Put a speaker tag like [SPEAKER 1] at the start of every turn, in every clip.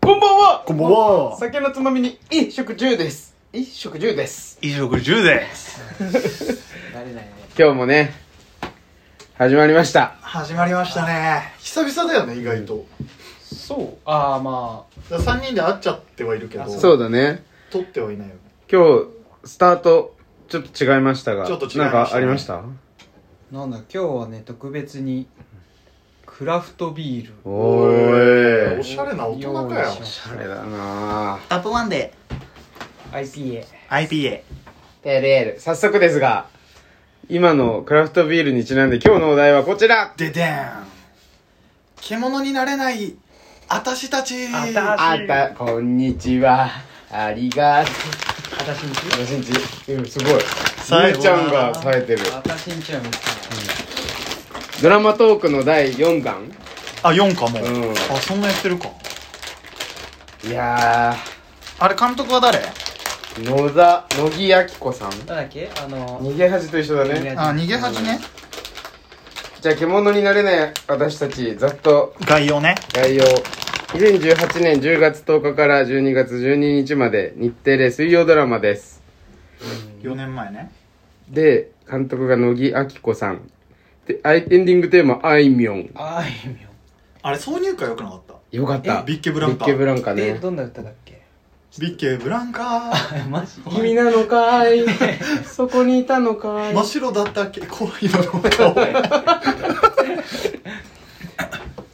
[SPEAKER 1] こんばんは
[SPEAKER 2] こんばんは
[SPEAKER 1] 酒のつまみに一食十です一食十です
[SPEAKER 2] 衣食10です
[SPEAKER 3] 慣れないね
[SPEAKER 1] 今日もね始まりました
[SPEAKER 3] 始まりましたね
[SPEAKER 2] 久々だよね意外と
[SPEAKER 3] そうああまあ
[SPEAKER 2] だ3人で会っちゃってはいるけど
[SPEAKER 3] あそう
[SPEAKER 1] そうだね
[SPEAKER 2] 撮ってはいないよね
[SPEAKER 1] 今日スタートちょっと違いましたが
[SPEAKER 2] ちょっと違いました
[SPEAKER 1] な
[SPEAKER 2] ね
[SPEAKER 1] んかありました
[SPEAKER 3] なんだ今日はね特別にクラフトビールを
[SPEAKER 1] おーい
[SPEAKER 2] おしゃれな大人かよ
[SPEAKER 3] 用意しまし
[SPEAKER 1] おしゃれだな
[SPEAKER 4] タップワンで
[SPEAKER 3] た IPA
[SPEAKER 4] IPA
[SPEAKER 1] ペレール早速ですが今のクラフトビールにちなんで今日のお題はこちら
[SPEAKER 4] ででーん獣になれない私たち
[SPEAKER 3] あた
[SPEAKER 1] あたこんにちはありがとう
[SPEAKER 3] 私んち
[SPEAKER 1] 私んちうんすごい
[SPEAKER 2] 冴え
[SPEAKER 1] ゆめちゃんが冴えてる
[SPEAKER 3] 私んちはめっち
[SPEAKER 1] ドラマトークの第4弾
[SPEAKER 4] あ4かもう、
[SPEAKER 1] うん
[SPEAKER 4] あそんなやってるか
[SPEAKER 1] いや
[SPEAKER 4] あれ監督は誰
[SPEAKER 1] ー野田乃木明子さん
[SPEAKER 3] ゃなんだっけあの
[SPEAKER 1] 逃げ恥と一緒だね
[SPEAKER 4] あ逃げ恥ね
[SPEAKER 1] じゃあ獣になれない私たちざっと
[SPEAKER 4] 概要ね
[SPEAKER 1] 概要2018年10月10日から12月12日まで日テレ水曜ドラマです
[SPEAKER 4] 4年前ね
[SPEAKER 1] で監督が乃木明子さんであいエンディングテーマあいみょん
[SPEAKER 3] あいみょん
[SPEAKER 4] あれ挿入歌よくなかった
[SPEAKER 1] よかった
[SPEAKER 4] えビッケブランカ
[SPEAKER 1] ビッケブランカ
[SPEAKER 3] え
[SPEAKER 1] ね
[SPEAKER 3] どんな歌だっけ
[SPEAKER 4] ビッケブランカー
[SPEAKER 3] あマジ
[SPEAKER 1] 君なのかいそこにいたのかい
[SPEAKER 4] 真っ白だったっけこういうの 顔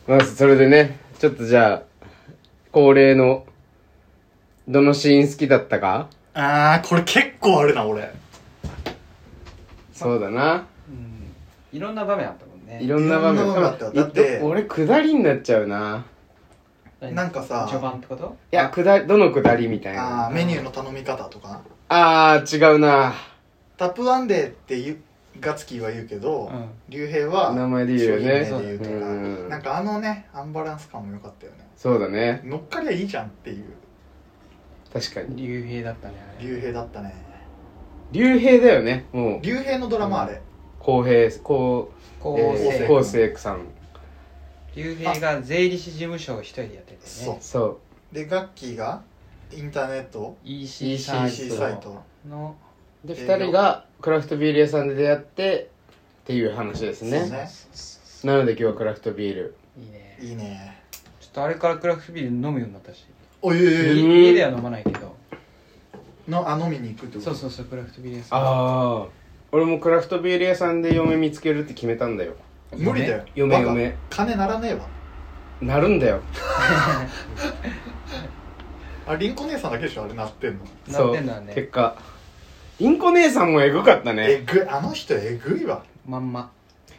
[SPEAKER 1] まあそれでねちょっとじゃあ恒例のどのシーン好きだったか
[SPEAKER 4] あーこれ結構あるな俺
[SPEAKER 1] そうだな
[SPEAKER 3] うんいろんな場面あったもんね
[SPEAKER 1] いろんな場面
[SPEAKER 4] いろんな場面あったよ
[SPEAKER 1] 多分
[SPEAKER 4] だって
[SPEAKER 1] い俺下りになっちゃうな
[SPEAKER 3] 何
[SPEAKER 4] なんかさ
[SPEAKER 3] 序盤ってこと
[SPEAKER 1] いや下りどの下りみたい
[SPEAKER 4] あ
[SPEAKER 1] な
[SPEAKER 4] ーメニューの頼み方とか
[SPEAKER 1] あー違うな
[SPEAKER 4] タップワンデーって言うガツキーは言うけ
[SPEAKER 3] う
[SPEAKER 4] ど、
[SPEAKER 3] ん
[SPEAKER 4] 竜兵は
[SPEAKER 1] 名前で言うよね
[SPEAKER 4] 商品名で言うとか、
[SPEAKER 1] うん
[SPEAKER 4] なんかあのねアンバランス感も良かったよね
[SPEAKER 1] そうだね
[SPEAKER 4] 乗っかりゃいいじゃんっていう
[SPEAKER 1] 確かに
[SPEAKER 3] 竜兵だったねあれ
[SPEAKER 4] 竜兵だったね
[SPEAKER 1] 竜兵だよねもう
[SPEAKER 4] 竜兵のドラマあれ、
[SPEAKER 1] 公平公
[SPEAKER 3] 高
[SPEAKER 1] えー
[SPEAKER 3] 生
[SPEAKER 1] 公正さん
[SPEAKER 3] 竜兵が税理士事務所を一人でやっててね
[SPEAKER 4] そう
[SPEAKER 1] そ
[SPEAKER 4] でガッキーがインターネット
[SPEAKER 3] EC サ
[SPEAKER 4] EC サイ
[SPEAKER 3] イト
[SPEAKER 4] ト
[SPEAKER 3] の
[SPEAKER 1] うで
[SPEAKER 4] えー
[SPEAKER 1] 2人がクラフトビール屋さんで出会ってっていう話ですね
[SPEAKER 4] そうね
[SPEAKER 1] なので今日はクラフトビール
[SPEAKER 3] いいね
[SPEAKER 4] いいね
[SPEAKER 3] ちょっとあれからクラフトビール飲むようになったし
[SPEAKER 4] おいおいお
[SPEAKER 1] え
[SPEAKER 4] い
[SPEAKER 1] ー
[SPEAKER 3] い家では飲まないけど
[SPEAKER 4] のあ飲みに行くってこ
[SPEAKER 3] そ
[SPEAKER 4] と
[SPEAKER 3] うそうそうクラフトビール屋さん
[SPEAKER 1] ああ俺もクラフトビール屋さんで嫁見つけるって決めたんだよ
[SPEAKER 4] 無理だよ
[SPEAKER 1] 嫁
[SPEAKER 4] バカ
[SPEAKER 1] 嫁
[SPEAKER 4] 金ならねえわ
[SPEAKER 1] なるんだよ
[SPEAKER 4] あれリンコ姉さんだけでしょあれなってんの
[SPEAKER 3] なってんだね
[SPEAKER 1] 結果インコ姉さんもエグかった
[SPEAKER 4] え
[SPEAKER 1] ね
[SPEAKER 4] ぐいあの人えぐいわ
[SPEAKER 3] まんま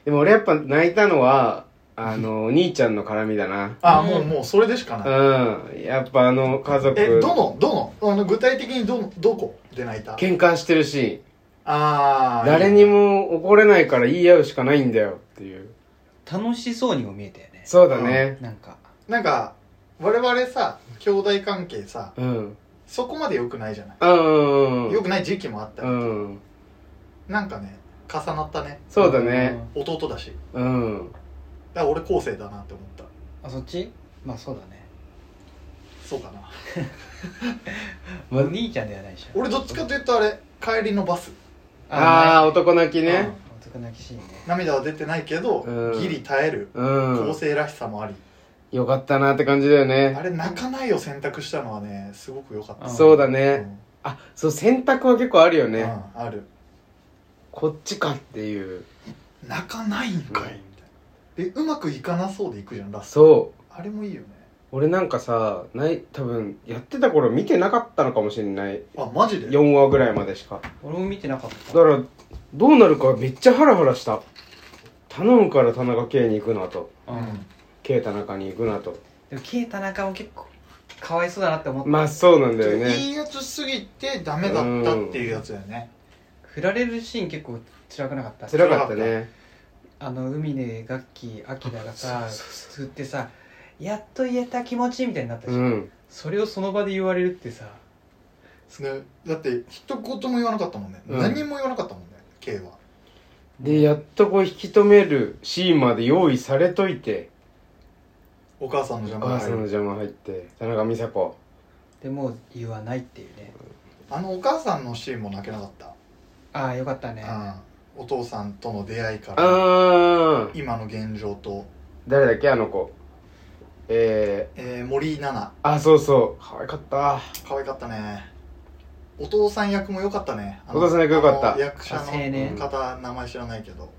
[SPEAKER 1] でも俺やっぱ泣いたのはあのお兄ちゃんの絡みだな
[SPEAKER 4] あ、
[SPEAKER 3] うん
[SPEAKER 4] もうもうそれでしかない、
[SPEAKER 1] うんやっぱあの家族
[SPEAKER 4] えどのどのあの具体的にどのどこで泣いた
[SPEAKER 1] 喧嘩してるし
[SPEAKER 4] ああ
[SPEAKER 1] 誰にも怒れないから言い合うしかないんだよっていう
[SPEAKER 3] 楽しそうにも見えたよね
[SPEAKER 1] そうだね
[SPEAKER 3] なんか
[SPEAKER 4] なんか我々さ兄弟関係さ
[SPEAKER 1] うん
[SPEAKER 4] そこまで良くないじゃない、
[SPEAKER 1] うん
[SPEAKER 4] 良くない時期もあった
[SPEAKER 1] う
[SPEAKER 4] よ、
[SPEAKER 1] ん
[SPEAKER 4] なんかね重なったね
[SPEAKER 1] そうだね
[SPEAKER 4] 弟だし
[SPEAKER 1] うん
[SPEAKER 4] だから俺後世だなって思った
[SPEAKER 3] あそっちまあそうだね
[SPEAKER 4] そうかな
[SPEAKER 3] お兄ちゃんではないでしょ
[SPEAKER 4] 俺どっちかというとあれ帰りのバス
[SPEAKER 1] あ
[SPEAKER 3] あ
[SPEAKER 1] あ男泣き
[SPEAKER 4] う
[SPEAKER 1] ね
[SPEAKER 4] ん
[SPEAKER 3] 男泣きシーンね
[SPEAKER 4] 涙は出てないけど、
[SPEAKER 1] うん
[SPEAKER 4] ギリ耐える
[SPEAKER 1] うん
[SPEAKER 4] 後世らしさもあり、
[SPEAKER 1] よかったなって感じだよね
[SPEAKER 4] あれ泣かないを選択したのはねすごく良かった、
[SPEAKER 3] うん
[SPEAKER 1] そうだ
[SPEAKER 4] う
[SPEAKER 1] ね、
[SPEAKER 4] ん
[SPEAKER 1] あそう選択は結構あるよね、
[SPEAKER 4] うんある
[SPEAKER 1] こっちかっていう
[SPEAKER 4] 泣かないんかい、
[SPEAKER 1] うん
[SPEAKER 4] みたいなでうまくいかなそうでいくじゃんラスト
[SPEAKER 1] そう
[SPEAKER 4] あれもいいよね
[SPEAKER 1] 俺なんかさない多分やってた頃見てなかったのかもしれない
[SPEAKER 4] あマジで
[SPEAKER 1] 4話ぐらいまでしか
[SPEAKER 3] 俺も見てなかっ
[SPEAKER 1] だからどうなるかめっちゃハラハラした頼むから田中圭に行くなと
[SPEAKER 3] たうん
[SPEAKER 1] 圭田中に行くなと
[SPEAKER 3] でも圭田中も結構かわいそうだなって思った
[SPEAKER 1] まあそうなんだよ
[SPEAKER 4] い
[SPEAKER 1] ね
[SPEAKER 4] いやつすぎてダメだったっていうやつだよね
[SPEAKER 3] 振られるシーン結構辛くなかった
[SPEAKER 1] 辛かったね
[SPEAKER 3] あの海で楽器アキラが さ振ってさやっと言えた気持ちみたいになった
[SPEAKER 1] う
[SPEAKER 3] じゃん、
[SPEAKER 1] ん
[SPEAKER 3] それをその場で言われるってさ
[SPEAKER 4] ねだって一言も言わなかったもんね、
[SPEAKER 1] うん
[SPEAKER 4] 何も言わなかったもんね K は
[SPEAKER 1] でやっとこう引き止めるシーンまで用意されといて
[SPEAKER 4] お母さんの邪
[SPEAKER 1] お
[SPEAKER 4] 魔が
[SPEAKER 1] 母さん
[SPEAKER 4] 入
[SPEAKER 1] の
[SPEAKER 4] る
[SPEAKER 1] 邪魔入って田中美佐子
[SPEAKER 3] でもう言わないっていうね
[SPEAKER 4] あのお母さんのシーンも泣けなかった、
[SPEAKER 3] ああよかったね
[SPEAKER 4] うん、お父さんとの出会いから
[SPEAKER 1] あー
[SPEAKER 4] 今の現状と、
[SPEAKER 1] 誰だっけあの子え
[SPEAKER 4] えー、森七菜
[SPEAKER 1] ー、あそうそう可愛かった
[SPEAKER 4] 可愛かったねお父さん役も良かったねあの
[SPEAKER 1] お父さん役良かった
[SPEAKER 4] あの役者
[SPEAKER 3] あ青年
[SPEAKER 4] の方名前知らないけど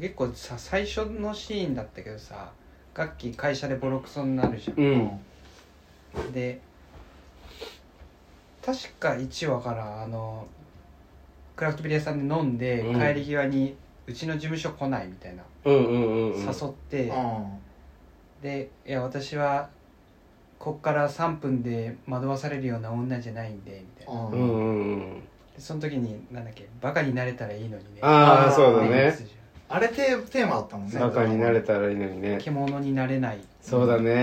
[SPEAKER 3] 結構さ最初のシーンだったけどさ楽器会社でボロクソになるじゃん
[SPEAKER 1] うん
[SPEAKER 3] で確か1話からあのクラフトビール屋さんで飲んで、
[SPEAKER 1] うん
[SPEAKER 3] 帰り際にうちの事務所来ないみたいな、
[SPEAKER 1] うんうんうんうん
[SPEAKER 3] 誘って、
[SPEAKER 4] うん
[SPEAKER 3] でいや私はこっから3分で惑わされるような女じゃないんでみたいな、
[SPEAKER 4] うん
[SPEAKER 1] うんうんうん
[SPEAKER 3] でその時になんだっけバカになれたらいいのにね
[SPEAKER 1] あ
[SPEAKER 4] あーそうだね
[SPEAKER 3] 名物じ
[SPEAKER 4] あれテーテーマだったもんね
[SPEAKER 1] バカになれ
[SPEAKER 4] た
[SPEAKER 1] たらいいのに
[SPEAKER 3] ゃ
[SPEAKER 1] ね
[SPEAKER 3] ん獣になれない
[SPEAKER 1] そうだね
[SPEAKER 3] あ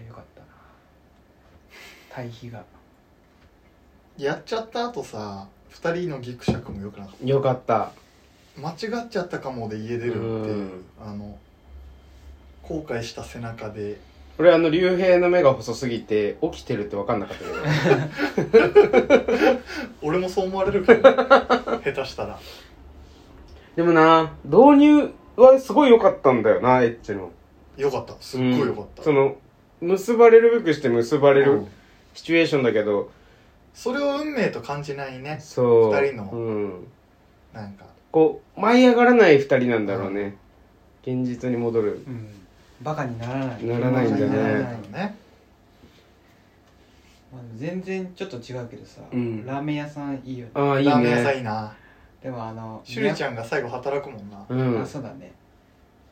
[SPEAKER 3] れよかったな対比が
[SPEAKER 4] やっちゃった後さ二人のギクシャクも良くなかっ
[SPEAKER 1] よかった
[SPEAKER 4] た間違っちゃったかもで家出るっていう
[SPEAKER 1] うん
[SPEAKER 4] あの後悔した背中で
[SPEAKER 1] 俺あの竜兵の目が細すぎて起きてるって分かんなかったけど
[SPEAKER 4] 俺もそう思われる からね下手したら
[SPEAKER 1] でもな導入はすごい良かったんだよなエッチの
[SPEAKER 4] よかったすっごいよかっ
[SPEAKER 1] うん
[SPEAKER 4] た、
[SPEAKER 1] その結ばれるべくして結ばれ
[SPEAKER 4] う
[SPEAKER 1] る
[SPEAKER 4] ん
[SPEAKER 1] シチュエーションだけど
[SPEAKER 4] それを運命と感じないね
[SPEAKER 1] そう
[SPEAKER 4] 二人の
[SPEAKER 1] うん、
[SPEAKER 4] なんか
[SPEAKER 1] こう舞い上がらない二人なんだろうね、現実に戻る
[SPEAKER 3] うんバカにならない
[SPEAKER 1] ならないんだね
[SPEAKER 3] 獣にならない
[SPEAKER 4] ね
[SPEAKER 3] まあ、全然ちょっと違うけどさ、
[SPEAKER 1] うん
[SPEAKER 3] ラーメン屋さんいいよね
[SPEAKER 1] ああいい
[SPEAKER 4] ラーメン屋さん
[SPEAKER 1] ね
[SPEAKER 4] いいな
[SPEAKER 3] でもあの
[SPEAKER 4] シュリち
[SPEAKER 3] ゃ
[SPEAKER 4] ゃんが最後働くもんな
[SPEAKER 1] うん
[SPEAKER 3] あそうだね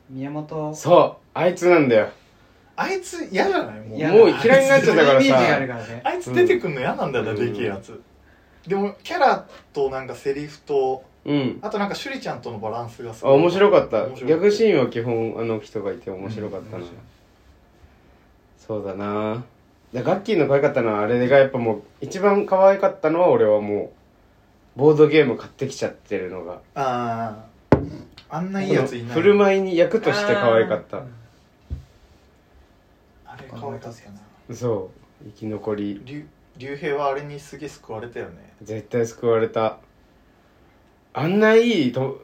[SPEAKER 3] 宮本
[SPEAKER 1] そうあいつなんだよ
[SPEAKER 4] あいつ嫌じゃないもう
[SPEAKER 1] やもう嫌いになっちゃったからさ
[SPEAKER 3] イメージがあるからね
[SPEAKER 4] あいつ出てくんの嫌なんだよな、
[SPEAKER 1] うん
[SPEAKER 4] でけえやつでもキャラとなんかセリフと
[SPEAKER 1] うん
[SPEAKER 4] あとなんかシュリちゃんとのバランスがす
[SPEAKER 1] あ
[SPEAKER 4] ごい
[SPEAKER 1] 面白かった
[SPEAKER 4] 面白
[SPEAKER 1] 逆シーンは基本あの人がいて面白かったな、
[SPEAKER 3] うん面白い
[SPEAKER 1] そうだなでガッキーの可愛かったのはあれがやっぱもう一番可愛かったのは俺はもうボードゲーム買ってきちゃってるのが
[SPEAKER 4] あああんないいやついない
[SPEAKER 1] 振る舞いに役として可愛かった
[SPEAKER 4] あれ可愛かったな
[SPEAKER 1] そう生き残り
[SPEAKER 4] 竜竜兵はあれにすげえ救われたよね
[SPEAKER 1] 絶対救われたあんないいと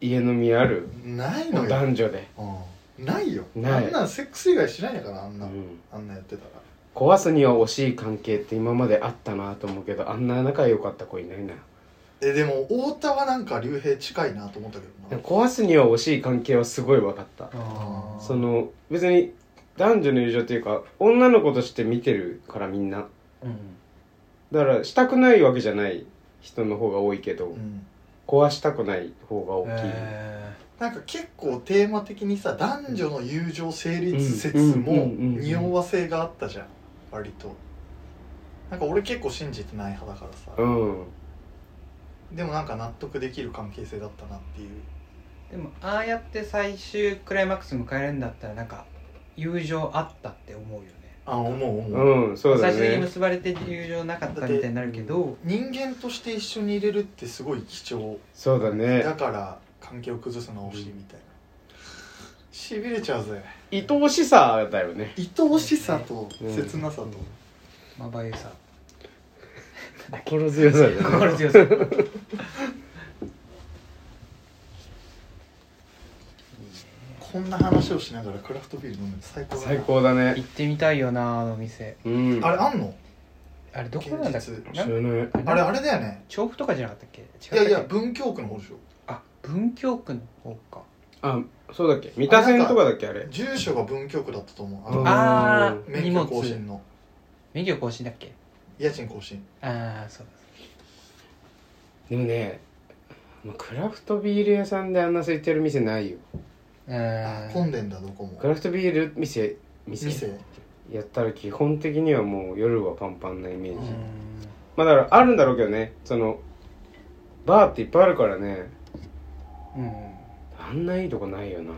[SPEAKER 1] 家飲みある
[SPEAKER 4] ないのよ、
[SPEAKER 1] 男女で、
[SPEAKER 4] うん、ないよ
[SPEAKER 1] ない
[SPEAKER 4] あんなんセックス以外しないんやからあん
[SPEAKER 1] う
[SPEAKER 4] な、
[SPEAKER 1] ん、
[SPEAKER 4] あんなやってたら
[SPEAKER 1] 壊すには惜しい関係って今まであったなと思うけどあんな仲良かった子いないな
[SPEAKER 4] えでも太田はなんか竜兵近いなと思ったけどな
[SPEAKER 1] 壊すには惜しい関係はすごい分かった
[SPEAKER 3] あー
[SPEAKER 1] その別に男女の友情っていうか女の子として見てるからみんな
[SPEAKER 3] うん
[SPEAKER 1] だからしたくないわけじゃない人の方が多いけど、
[SPEAKER 4] うん
[SPEAKER 1] 壊したくない方が大きい、
[SPEAKER 3] え
[SPEAKER 4] なんか結構テーマ的にさ男女の友情成
[SPEAKER 1] うん
[SPEAKER 4] 立説
[SPEAKER 1] うん
[SPEAKER 4] も
[SPEAKER 1] うんうん
[SPEAKER 4] 匂わせがあったじゃん割となんか俺結構信じてない派だから
[SPEAKER 1] う
[SPEAKER 4] さ
[SPEAKER 1] ん
[SPEAKER 4] でもなんか納得できる関係性だったなっていう
[SPEAKER 3] ーでもああやって最終クライマックス迎えるんだったらなんか友情あったって思うよね
[SPEAKER 4] あ思う思う、
[SPEAKER 1] うん、そうだ
[SPEAKER 3] 最終的に
[SPEAKER 1] ね
[SPEAKER 3] 結ばれて友情なかったみたいになるけど
[SPEAKER 4] 人間として一緒にいれるってすごい貴重
[SPEAKER 1] そうだ
[SPEAKER 4] だ
[SPEAKER 1] ね
[SPEAKER 4] から関係を崩すのは惜しいみたいなしびれちゃうぜ
[SPEAKER 1] 愛おしさだよね
[SPEAKER 4] 愛おしさと
[SPEAKER 1] うん
[SPEAKER 4] 切なさと、
[SPEAKER 3] まばゆさ
[SPEAKER 1] 心強さだね
[SPEAKER 3] 心強さいいね
[SPEAKER 4] こんな話をしながらクラフトビール飲むの最高だな
[SPEAKER 1] 最高だ
[SPEAKER 3] 行
[SPEAKER 1] ね
[SPEAKER 3] ってみたいよなあのお店
[SPEAKER 1] うん
[SPEAKER 4] あれあんの
[SPEAKER 3] あれどこなんだっ
[SPEAKER 4] 現
[SPEAKER 3] け
[SPEAKER 1] 知ら
[SPEAKER 3] なん
[SPEAKER 1] ない
[SPEAKER 4] あれあれだよね
[SPEAKER 3] 調布とかじゃなかったっけ違ったっ
[SPEAKER 4] い
[SPEAKER 3] け
[SPEAKER 4] やいや文京区の方でしょ
[SPEAKER 3] あ文京区の方か
[SPEAKER 1] あそうだっけ三田線とかだっけあれ
[SPEAKER 4] 住所が文京区だったと思うあ
[SPEAKER 1] うん
[SPEAKER 4] の
[SPEAKER 3] ああ荷
[SPEAKER 4] 免許
[SPEAKER 3] 物
[SPEAKER 4] 更新の
[SPEAKER 3] 免許更新だっけ
[SPEAKER 4] 家賃更新
[SPEAKER 3] ああそうだ
[SPEAKER 1] でもねまあクラフトビール屋さんであんな空いてる店ないよ
[SPEAKER 4] あ
[SPEAKER 3] う
[SPEAKER 4] 混
[SPEAKER 3] ん
[SPEAKER 4] んでんだどこも
[SPEAKER 1] クラフトビール店店
[SPEAKER 4] 店
[SPEAKER 1] やったら基本的にはもう夜はパンパンなイメージ、
[SPEAKER 4] う
[SPEAKER 3] うん
[SPEAKER 1] まあだからあるんだろうけどねそのバーっていっぱいあるからね
[SPEAKER 3] うん
[SPEAKER 1] あんないいとこないよな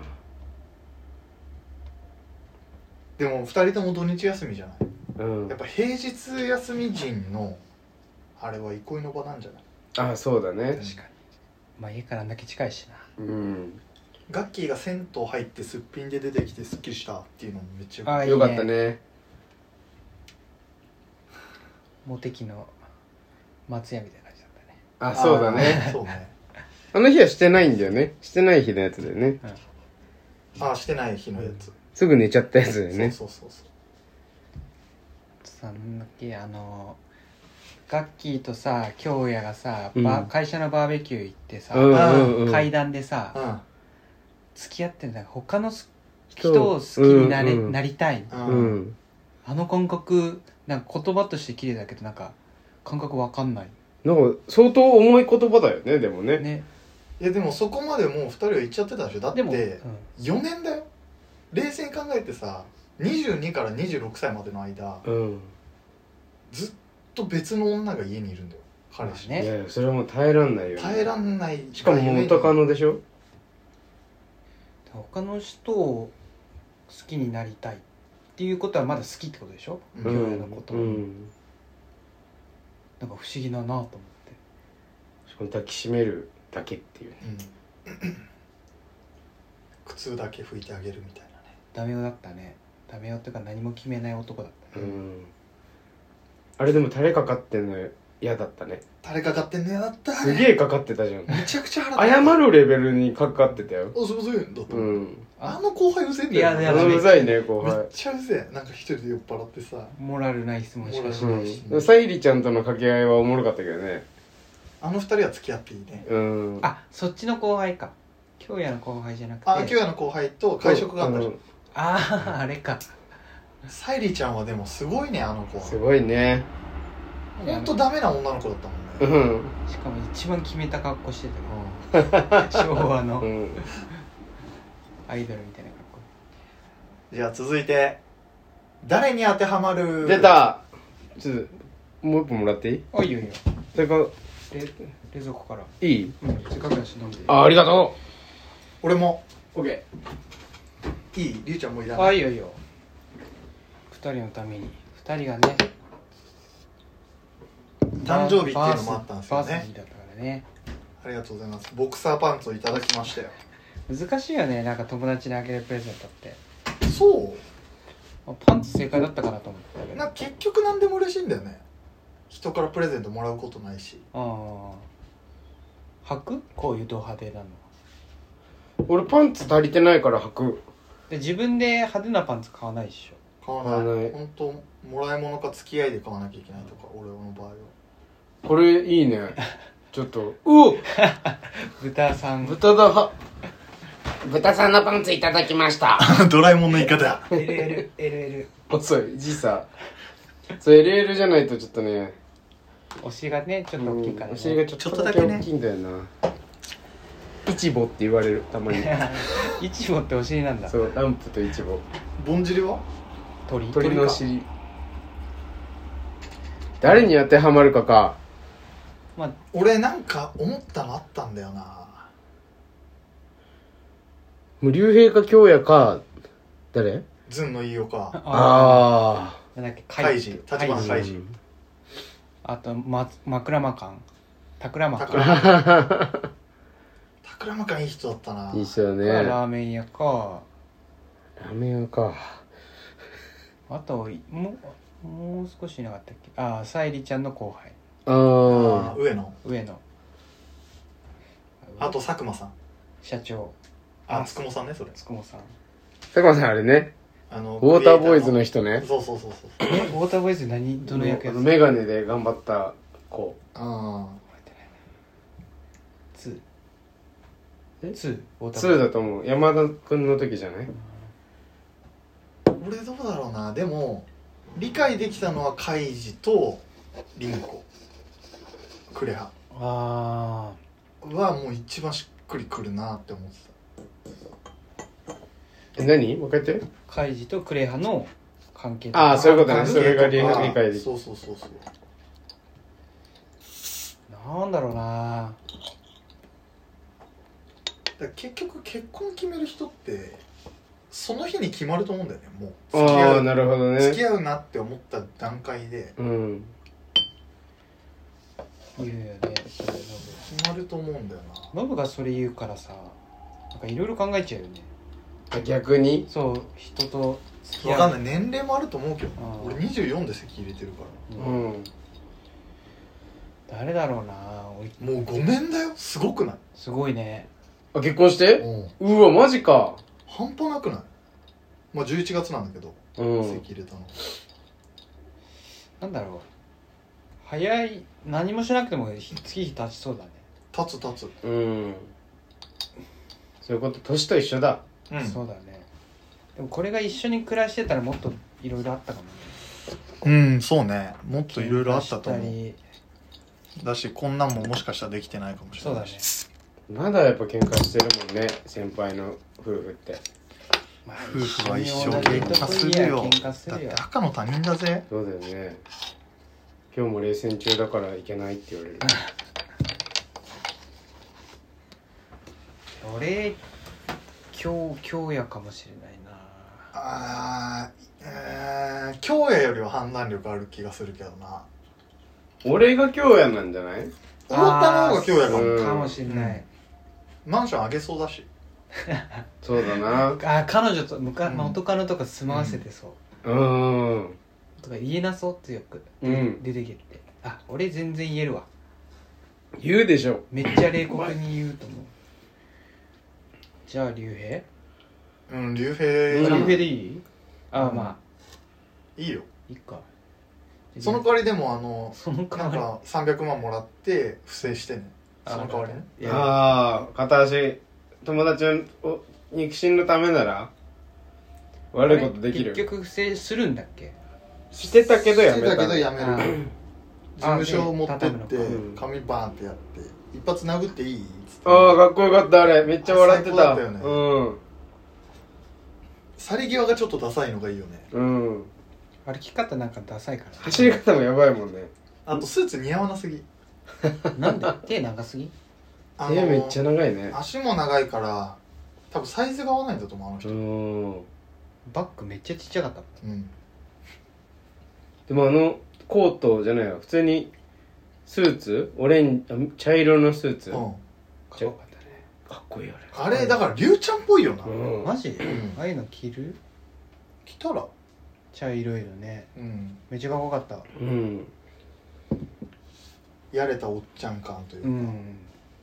[SPEAKER 4] でも2人とも土日休みじゃない
[SPEAKER 1] うん
[SPEAKER 4] やっぱ平日休み人のあれは憩いの場なんじゃない
[SPEAKER 1] あそうだね
[SPEAKER 4] 確か
[SPEAKER 3] まあ家からあんだけ近いしな
[SPEAKER 1] うん
[SPEAKER 4] ガッキーが銭湯入ってすっぴんで出てきてすっきりしたっていうのもめっちゃよかっ
[SPEAKER 3] あいいね
[SPEAKER 1] よかったね
[SPEAKER 3] モテ期の松屋みたいな感じだったね
[SPEAKER 1] あ
[SPEAKER 4] た
[SPEAKER 1] そうだね
[SPEAKER 4] あーそうね
[SPEAKER 1] あの日はしてないんだよねしてない日のやつだよね
[SPEAKER 4] あーしてない日のやつ、
[SPEAKER 1] すぐ寝ちゃったやつだよね
[SPEAKER 4] そうそうそうそ
[SPEAKER 3] さなんだっけあのガッキーとさ京也がさ、
[SPEAKER 1] うん
[SPEAKER 3] バー会社のバーベキュー行ってさ、
[SPEAKER 1] うんうんうん
[SPEAKER 3] 階段でさ、
[SPEAKER 4] ううん
[SPEAKER 3] 付き合ってるんだから他のす
[SPEAKER 1] 人
[SPEAKER 3] 人を好きになれ、
[SPEAKER 1] うんうん
[SPEAKER 3] なりたい
[SPEAKER 4] うん
[SPEAKER 1] うん
[SPEAKER 3] あの感覚なんか言葉として綺麗だけどなんか感覚わかんない
[SPEAKER 1] なんか相当重い言葉だよねでもね
[SPEAKER 3] ね
[SPEAKER 4] いやでもそこまでもう2人は行っちゃってたでしょだっ
[SPEAKER 3] で
[SPEAKER 4] て
[SPEAKER 3] も、うん
[SPEAKER 4] 4年だよ冷静に考えてさ22から26歳までの間
[SPEAKER 1] うん
[SPEAKER 4] ずっと別の女が家にいるんだよ彼氏、
[SPEAKER 3] ね
[SPEAKER 1] いやいやそれはもう耐えらんないよね
[SPEAKER 4] 耐えらんない
[SPEAKER 1] しかも元カノでしょ
[SPEAKER 3] 他の人を好きになりたいっていうことはまだ好きってことでしょ
[SPEAKER 4] う
[SPEAKER 1] う
[SPEAKER 3] 京
[SPEAKER 4] ん、
[SPEAKER 3] 也
[SPEAKER 1] ん
[SPEAKER 3] のこと、
[SPEAKER 1] うん
[SPEAKER 3] なんか不思議だなと思って
[SPEAKER 1] しかも抱きしめるだけっていうね
[SPEAKER 4] 靴だけ拭いてあげるみたいなね
[SPEAKER 3] ダメ男だったねダメ男っていうか何も決めない男だった
[SPEAKER 1] う
[SPEAKER 3] ね、
[SPEAKER 1] んあれでもタレかかってんの嫌だったね
[SPEAKER 4] 誰か買ってんのやだった
[SPEAKER 1] すげえかかってたじゃん
[SPEAKER 4] めちゃくちゃ腹
[SPEAKER 1] 謝
[SPEAKER 4] 立
[SPEAKER 1] るレベルにかかってたよ
[SPEAKER 4] つあそうそういうんだと、
[SPEAKER 1] うん
[SPEAKER 4] あの後輩うぜえんだよ
[SPEAKER 3] いやい
[SPEAKER 1] あ
[SPEAKER 3] や
[SPEAKER 1] のうざいね後
[SPEAKER 4] め
[SPEAKER 1] 輩
[SPEAKER 4] っちゃうぜえなんか一人で酔っ払ってさ
[SPEAKER 3] モラルない質問しかし
[SPEAKER 1] う
[SPEAKER 3] ない
[SPEAKER 1] ん
[SPEAKER 3] し、
[SPEAKER 1] でも沙莉ちゃんとの掛け合いはおもろかったけどね
[SPEAKER 4] あの二人は付き合っていいね
[SPEAKER 1] うん
[SPEAKER 3] あそっちの後輩か京也の後輩じゃなくて
[SPEAKER 4] あ今日の後輩と会食があったじゃん
[SPEAKER 1] うん
[SPEAKER 3] あああれか
[SPEAKER 4] 沙莉ちゃんはでもすごいねあの子は
[SPEAKER 1] すごいね
[SPEAKER 4] ほんとダメな女の子だったもん
[SPEAKER 1] う
[SPEAKER 4] ね、
[SPEAKER 1] ん
[SPEAKER 3] しかも一番決めた格好してたけど昭和
[SPEAKER 1] う
[SPEAKER 3] の
[SPEAKER 1] ん
[SPEAKER 3] アイドルみたいな格好
[SPEAKER 4] じゃあ続いて誰に当てはまる
[SPEAKER 1] 出たちょっともう一本もらっていい
[SPEAKER 3] あいいよいいよ
[SPEAKER 1] それか
[SPEAKER 3] 冷冷蔵庫から
[SPEAKER 1] いい
[SPEAKER 3] うんせっかくだし飲んで
[SPEAKER 1] あありがと
[SPEAKER 4] 俺も
[SPEAKER 1] う OK
[SPEAKER 4] いいりゅうちゃんもいらな
[SPEAKER 3] あ
[SPEAKER 4] い
[SPEAKER 3] いいよいいよ二人のために二人がね
[SPEAKER 4] 誕生日っていうのもあったんですよ
[SPEAKER 3] バース
[SPEAKER 4] ね
[SPEAKER 3] デーだったからね
[SPEAKER 4] ありがとうございますボクサーパンツをいただきましたよ
[SPEAKER 3] 難しいよねなんか友達にあげるプレゼントって
[SPEAKER 4] そ
[SPEAKER 3] あパンツ正解だったかなと思ったけ
[SPEAKER 4] う
[SPEAKER 3] ど
[SPEAKER 4] なん
[SPEAKER 3] あ
[SPEAKER 4] か結局何でも嬉しいんだよね人からプレゼントもらうことないし
[SPEAKER 3] あ履くこういうド派手なの
[SPEAKER 1] 俺パンツ足りてないから履く
[SPEAKER 3] で自分で派手なパンツ買わないでしょ
[SPEAKER 4] 買わ
[SPEAKER 1] 買わ
[SPEAKER 4] な
[SPEAKER 1] ない
[SPEAKER 4] い本当もらい物か付き合いで買わなきゃいけないとか俺の場合は
[SPEAKER 1] これいいねちょっとうお
[SPEAKER 3] 豚さん
[SPEAKER 1] 豚だは豚さんのパンツいただきました
[SPEAKER 4] ドラえもんの言い方
[SPEAKER 3] LLLL
[SPEAKER 1] 遅い時差そう LL じゃないとちょっとね
[SPEAKER 3] お尻がねちょっと大きいから、ね
[SPEAKER 1] うんお尻がちょっと
[SPEAKER 4] ちょ
[SPEAKER 1] だけ
[SPEAKER 4] っとだけね
[SPEAKER 1] 大きいんだよなイチボって言われるたま に
[SPEAKER 3] いちごってお尻なんだ
[SPEAKER 1] そうランプとイチボ
[SPEAKER 4] ぼんじりは
[SPEAKER 3] 鳥
[SPEAKER 1] 鳥のお尻誰に当てはまるかか
[SPEAKER 3] まあ
[SPEAKER 4] 俺なんか思ったのあったんだよな
[SPEAKER 1] 無竜兵か京也か誰
[SPEAKER 4] ずんの飯尾か
[SPEAKER 3] あ
[SPEAKER 1] あ
[SPEAKER 3] ーなんだっけ
[SPEAKER 4] カイジ立花
[SPEAKER 1] あ
[SPEAKER 4] カイジ
[SPEAKER 3] あとま枕間館枕間
[SPEAKER 4] タ
[SPEAKER 3] 館
[SPEAKER 4] クラマタクラマカンいい人だったな
[SPEAKER 1] うんいいっすよねラ
[SPEAKER 3] ラーメン屋か
[SPEAKER 1] ーメン屋か
[SPEAKER 3] あともうもう少しいなかったっけああ沙莉ちゃんの後輩
[SPEAKER 1] あ
[SPEAKER 4] あ
[SPEAKER 1] ー
[SPEAKER 4] ー上野
[SPEAKER 3] 上野
[SPEAKER 4] あと佐久間さん
[SPEAKER 3] 社長
[SPEAKER 4] あ
[SPEAKER 3] あ
[SPEAKER 4] つくもさんねそれ
[SPEAKER 3] つくもさん
[SPEAKER 1] 佐久間さんあれね
[SPEAKER 4] あの
[SPEAKER 1] ウォーターボーイズの
[SPEAKER 4] 人
[SPEAKER 1] 人ね
[SPEAKER 4] そうそうそうそう
[SPEAKER 3] えウォーターボーイズ何どの役や
[SPEAKER 1] あ
[SPEAKER 3] つ
[SPEAKER 1] のメガネで頑張った子
[SPEAKER 4] あ
[SPEAKER 3] ツ
[SPEAKER 1] え
[SPEAKER 3] ーツーウォーターボーイ
[SPEAKER 1] 2
[SPEAKER 3] ズ
[SPEAKER 1] だと思う山田君の時じゃない
[SPEAKER 4] ー俺どうだろうなでも理解できたのはカイジとリンコクレハ
[SPEAKER 3] あ
[SPEAKER 4] はもう一番しっくりくるなって思って
[SPEAKER 1] え何もう一回言って
[SPEAKER 3] あカイジとクレハの関係とか
[SPEAKER 1] ああそういうこと
[SPEAKER 4] た
[SPEAKER 1] ねそれが理
[SPEAKER 4] 関係とか
[SPEAKER 1] 理解でき
[SPEAKER 4] そうそうそうそう
[SPEAKER 3] なんだろうな
[SPEAKER 4] だから結局結婚決める人ってその日に決まると思うんだよねもう付き
[SPEAKER 1] あ
[SPEAKER 4] 合
[SPEAKER 1] あ
[SPEAKER 4] う
[SPEAKER 1] なるほど
[SPEAKER 4] 付き
[SPEAKER 1] ね
[SPEAKER 4] 合うなって思った段階で
[SPEAKER 1] うん
[SPEAKER 3] 言うよねそれノ
[SPEAKER 4] 決まると思うんだよな
[SPEAKER 3] ブノブがそれ言うからさとかいろいろ考えちゃうよね
[SPEAKER 1] あ逆に
[SPEAKER 3] そう人と付き
[SPEAKER 4] 分
[SPEAKER 3] 合
[SPEAKER 4] かん
[SPEAKER 3] う
[SPEAKER 4] ない年齢もあると思うけどな
[SPEAKER 3] うん
[SPEAKER 4] 俺24で席入れてるか
[SPEAKER 1] う
[SPEAKER 3] うん
[SPEAKER 1] ん
[SPEAKER 3] 誰だろうなおい
[SPEAKER 4] らもうごめんだよすごくない
[SPEAKER 3] すごいね
[SPEAKER 1] あ結婚して
[SPEAKER 4] うん
[SPEAKER 1] うわマジか
[SPEAKER 4] 半端なくないまあ11月なんだけど
[SPEAKER 1] うん
[SPEAKER 4] 席入れたの
[SPEAKER 3] なんだろう早い何もしなくてもひ月日経ちそうだね、
[SPEAKER 4] 立つ立つ
[SPEAKER 1] うんそういうこと年と一緒だ
[SPEAKER 4] うん
[SPEAKER 3] そうだねでもこれが一緒に暮らしてたらもっといろいろあったかもね
[SPEAKER 5] うんそうねもっといろいろあったと
[SPEAKER 3] 喧
[SPEAKER 5] 思
[SPEAKER 3] 嘩し
[SPEAKER 5] うだしこんなんももしかしたらできてないかも
[SPEAKER 3] た
[SPEAKER 5] し
[SPEAKER 3] り
[SPEAKER 5] れ
[SPEAKER 3] そう
[SPEAKER 5] な
[SPEAKER 3] だ
[SPEAKER 5] い
[SPEAKER 3] ね
[SPEAKER 5] し
[SPEAKER 1] まだやっぱ喧嘩してるもんね先輩の夫婦って
[SPEAKER 3] まあ
[SPEAKER 5] 夫婦は一生
[SPEAKER 3] 緒に
[SPEAKER 5] 喧嘩するよ
[SPEAKER 3] 喧嘩す
[SPEAKER 5] だっ
[SPEAKER 3] る
[SPEAKER 5] て
[SPEAKER 3] よ
[SPEAKER 5] 赤の他人だぜ
[SPEAKER 1] そうだよね今日も冷戦中だからいけないって言われる
[SPEAKER 3] 俺今日今日やかもしれないな
[SPEAKER 4] あーえー京也よりは判断力ある気がするけどな
[SPEAKER 1] 俺が京也なんじゃない
[SPEAKER 4] 思ったの方が京也か
[SPEAKER 1] あー
[SPEAKER 4] も
[SPEAKER 1] うん
[SPEAKER 3] かもしれない、
[SPEAKER 4] マンション上げそうだし
[SPEAKER 1] そうだな
[SPEAKER 3] あー彼女とむか、
[SPEAKER 5] うん
[SPEAKER 3] 元カノとか住まわせてそう、
[SPEAKER 1] うん
[SPEAKER 3] とか言えなそう強く、
[SPEAKER 1] うん
[SPEAKER 3] 出てけってあ俺全然言えるわ
[SPEAKER 1] 言うでしょ
[SPEAKER 3] めっちゃ冷酷に言うと思うじゃあ竜兵
[SPEAKER 4] うん竜
[SPEAKER 1] う
[SPEAKER 4] 兵
[SPEAKER 1] ん
[SPEAKER 3] 竜兵でいいああま
[SPEAKER 4] いいよ
[SPEAKER 3] あいいか
[SPEAKER 4] その代わりでもあの
[SPEAKER 3] その代
[SPEAKER 4] なん
[SPEAKER 3] わ
[SPEAKER 4] か300万もらって不正してね
[SPEAKER 3] あ
[SPEAKER 4] その代わりね
[SPEAKER 3] りいや
[SPEAKER 1] ああ片足友達を肉親のためなら悪いことでき
[SPEAKER 3] 結
[SPEAKER 1] る
[SPEAKER 3] 局不正するんだっけ
[SPEAKER 1] してたけどやめ
[SPEAKER 4] して
[SPEAKER 1] た
[SPEAKER 4] たけどやめ
[SPEAKER 3] あ
[SPEAKER 4] る
[SPEAKER 3] ー
[SPEAKER 4] 事務所を持ってっ
[SPEAKER 3] あ
[SPEAKER 4] て
[SPEAKER 3] で
[SPEAKER 1] 畳むのか
[SPEAKER 4] 髪バーンってやって一発殴っていいっつって
[SPEAKER 1] ああかっこよかったあれめっちゃ笑ってた
[SPEAKER 4] 最高だったよね
[SPEAKER 1] うん
[SPEAKER 4] 去り際がちょっとダサいのがいいよね
[SPEAKER 1] うん
[SPEAKER 3] 歩き方なんかダサいから
[SPEAKER 1] 走り方もやばいもんね
[SPEAKER 4] あとスーツ似合わなすぎ
[SPEAKER 3] なんで手長すぎ
[SPEAKER 4] あの
[SPEAKER 1] 手めっちゃ長いね
[SPEAKER 4] 足も長いから多分サイズが合わないんだと思うあの
[SPEAKER 1] う
[SPEAKER 4] 人
[SPEAKER 1] ん
[SPEAKER 3] バッグめっちゃちっちゃかったもん
[SPEAKER 4] うん
[SPEAKER 1] でもあのコートじゃないわ普通にスーツオレンジあ茶色のスーツ、
[SPEAKER 4] うん
[SPEAKER 1] ちょ
[SPEAKER 3] かったね
[SPEAKER 1] かっこいいあ
[SPEAKER 4] あれだからりゅうちゃんっぽいよな
[SPEAKER 1] れうん
[SPEAKER 3] マジ
[SPEAKER 4] ん
[SPEAKER 3] ああいうの着る
[SPEAKER 4] 来たら
[SPEAKER 3] 茶色いのね
[SPEAKER 4] うん
[SPEAKER 3] めっちゃかっこよかった
[SPEAKER 1] うん
[SPEAKER 4] やれたおっちゃん感という
[SPEAKER 3] う
[SPEAKER 4] か
[SPEAKER 3] ん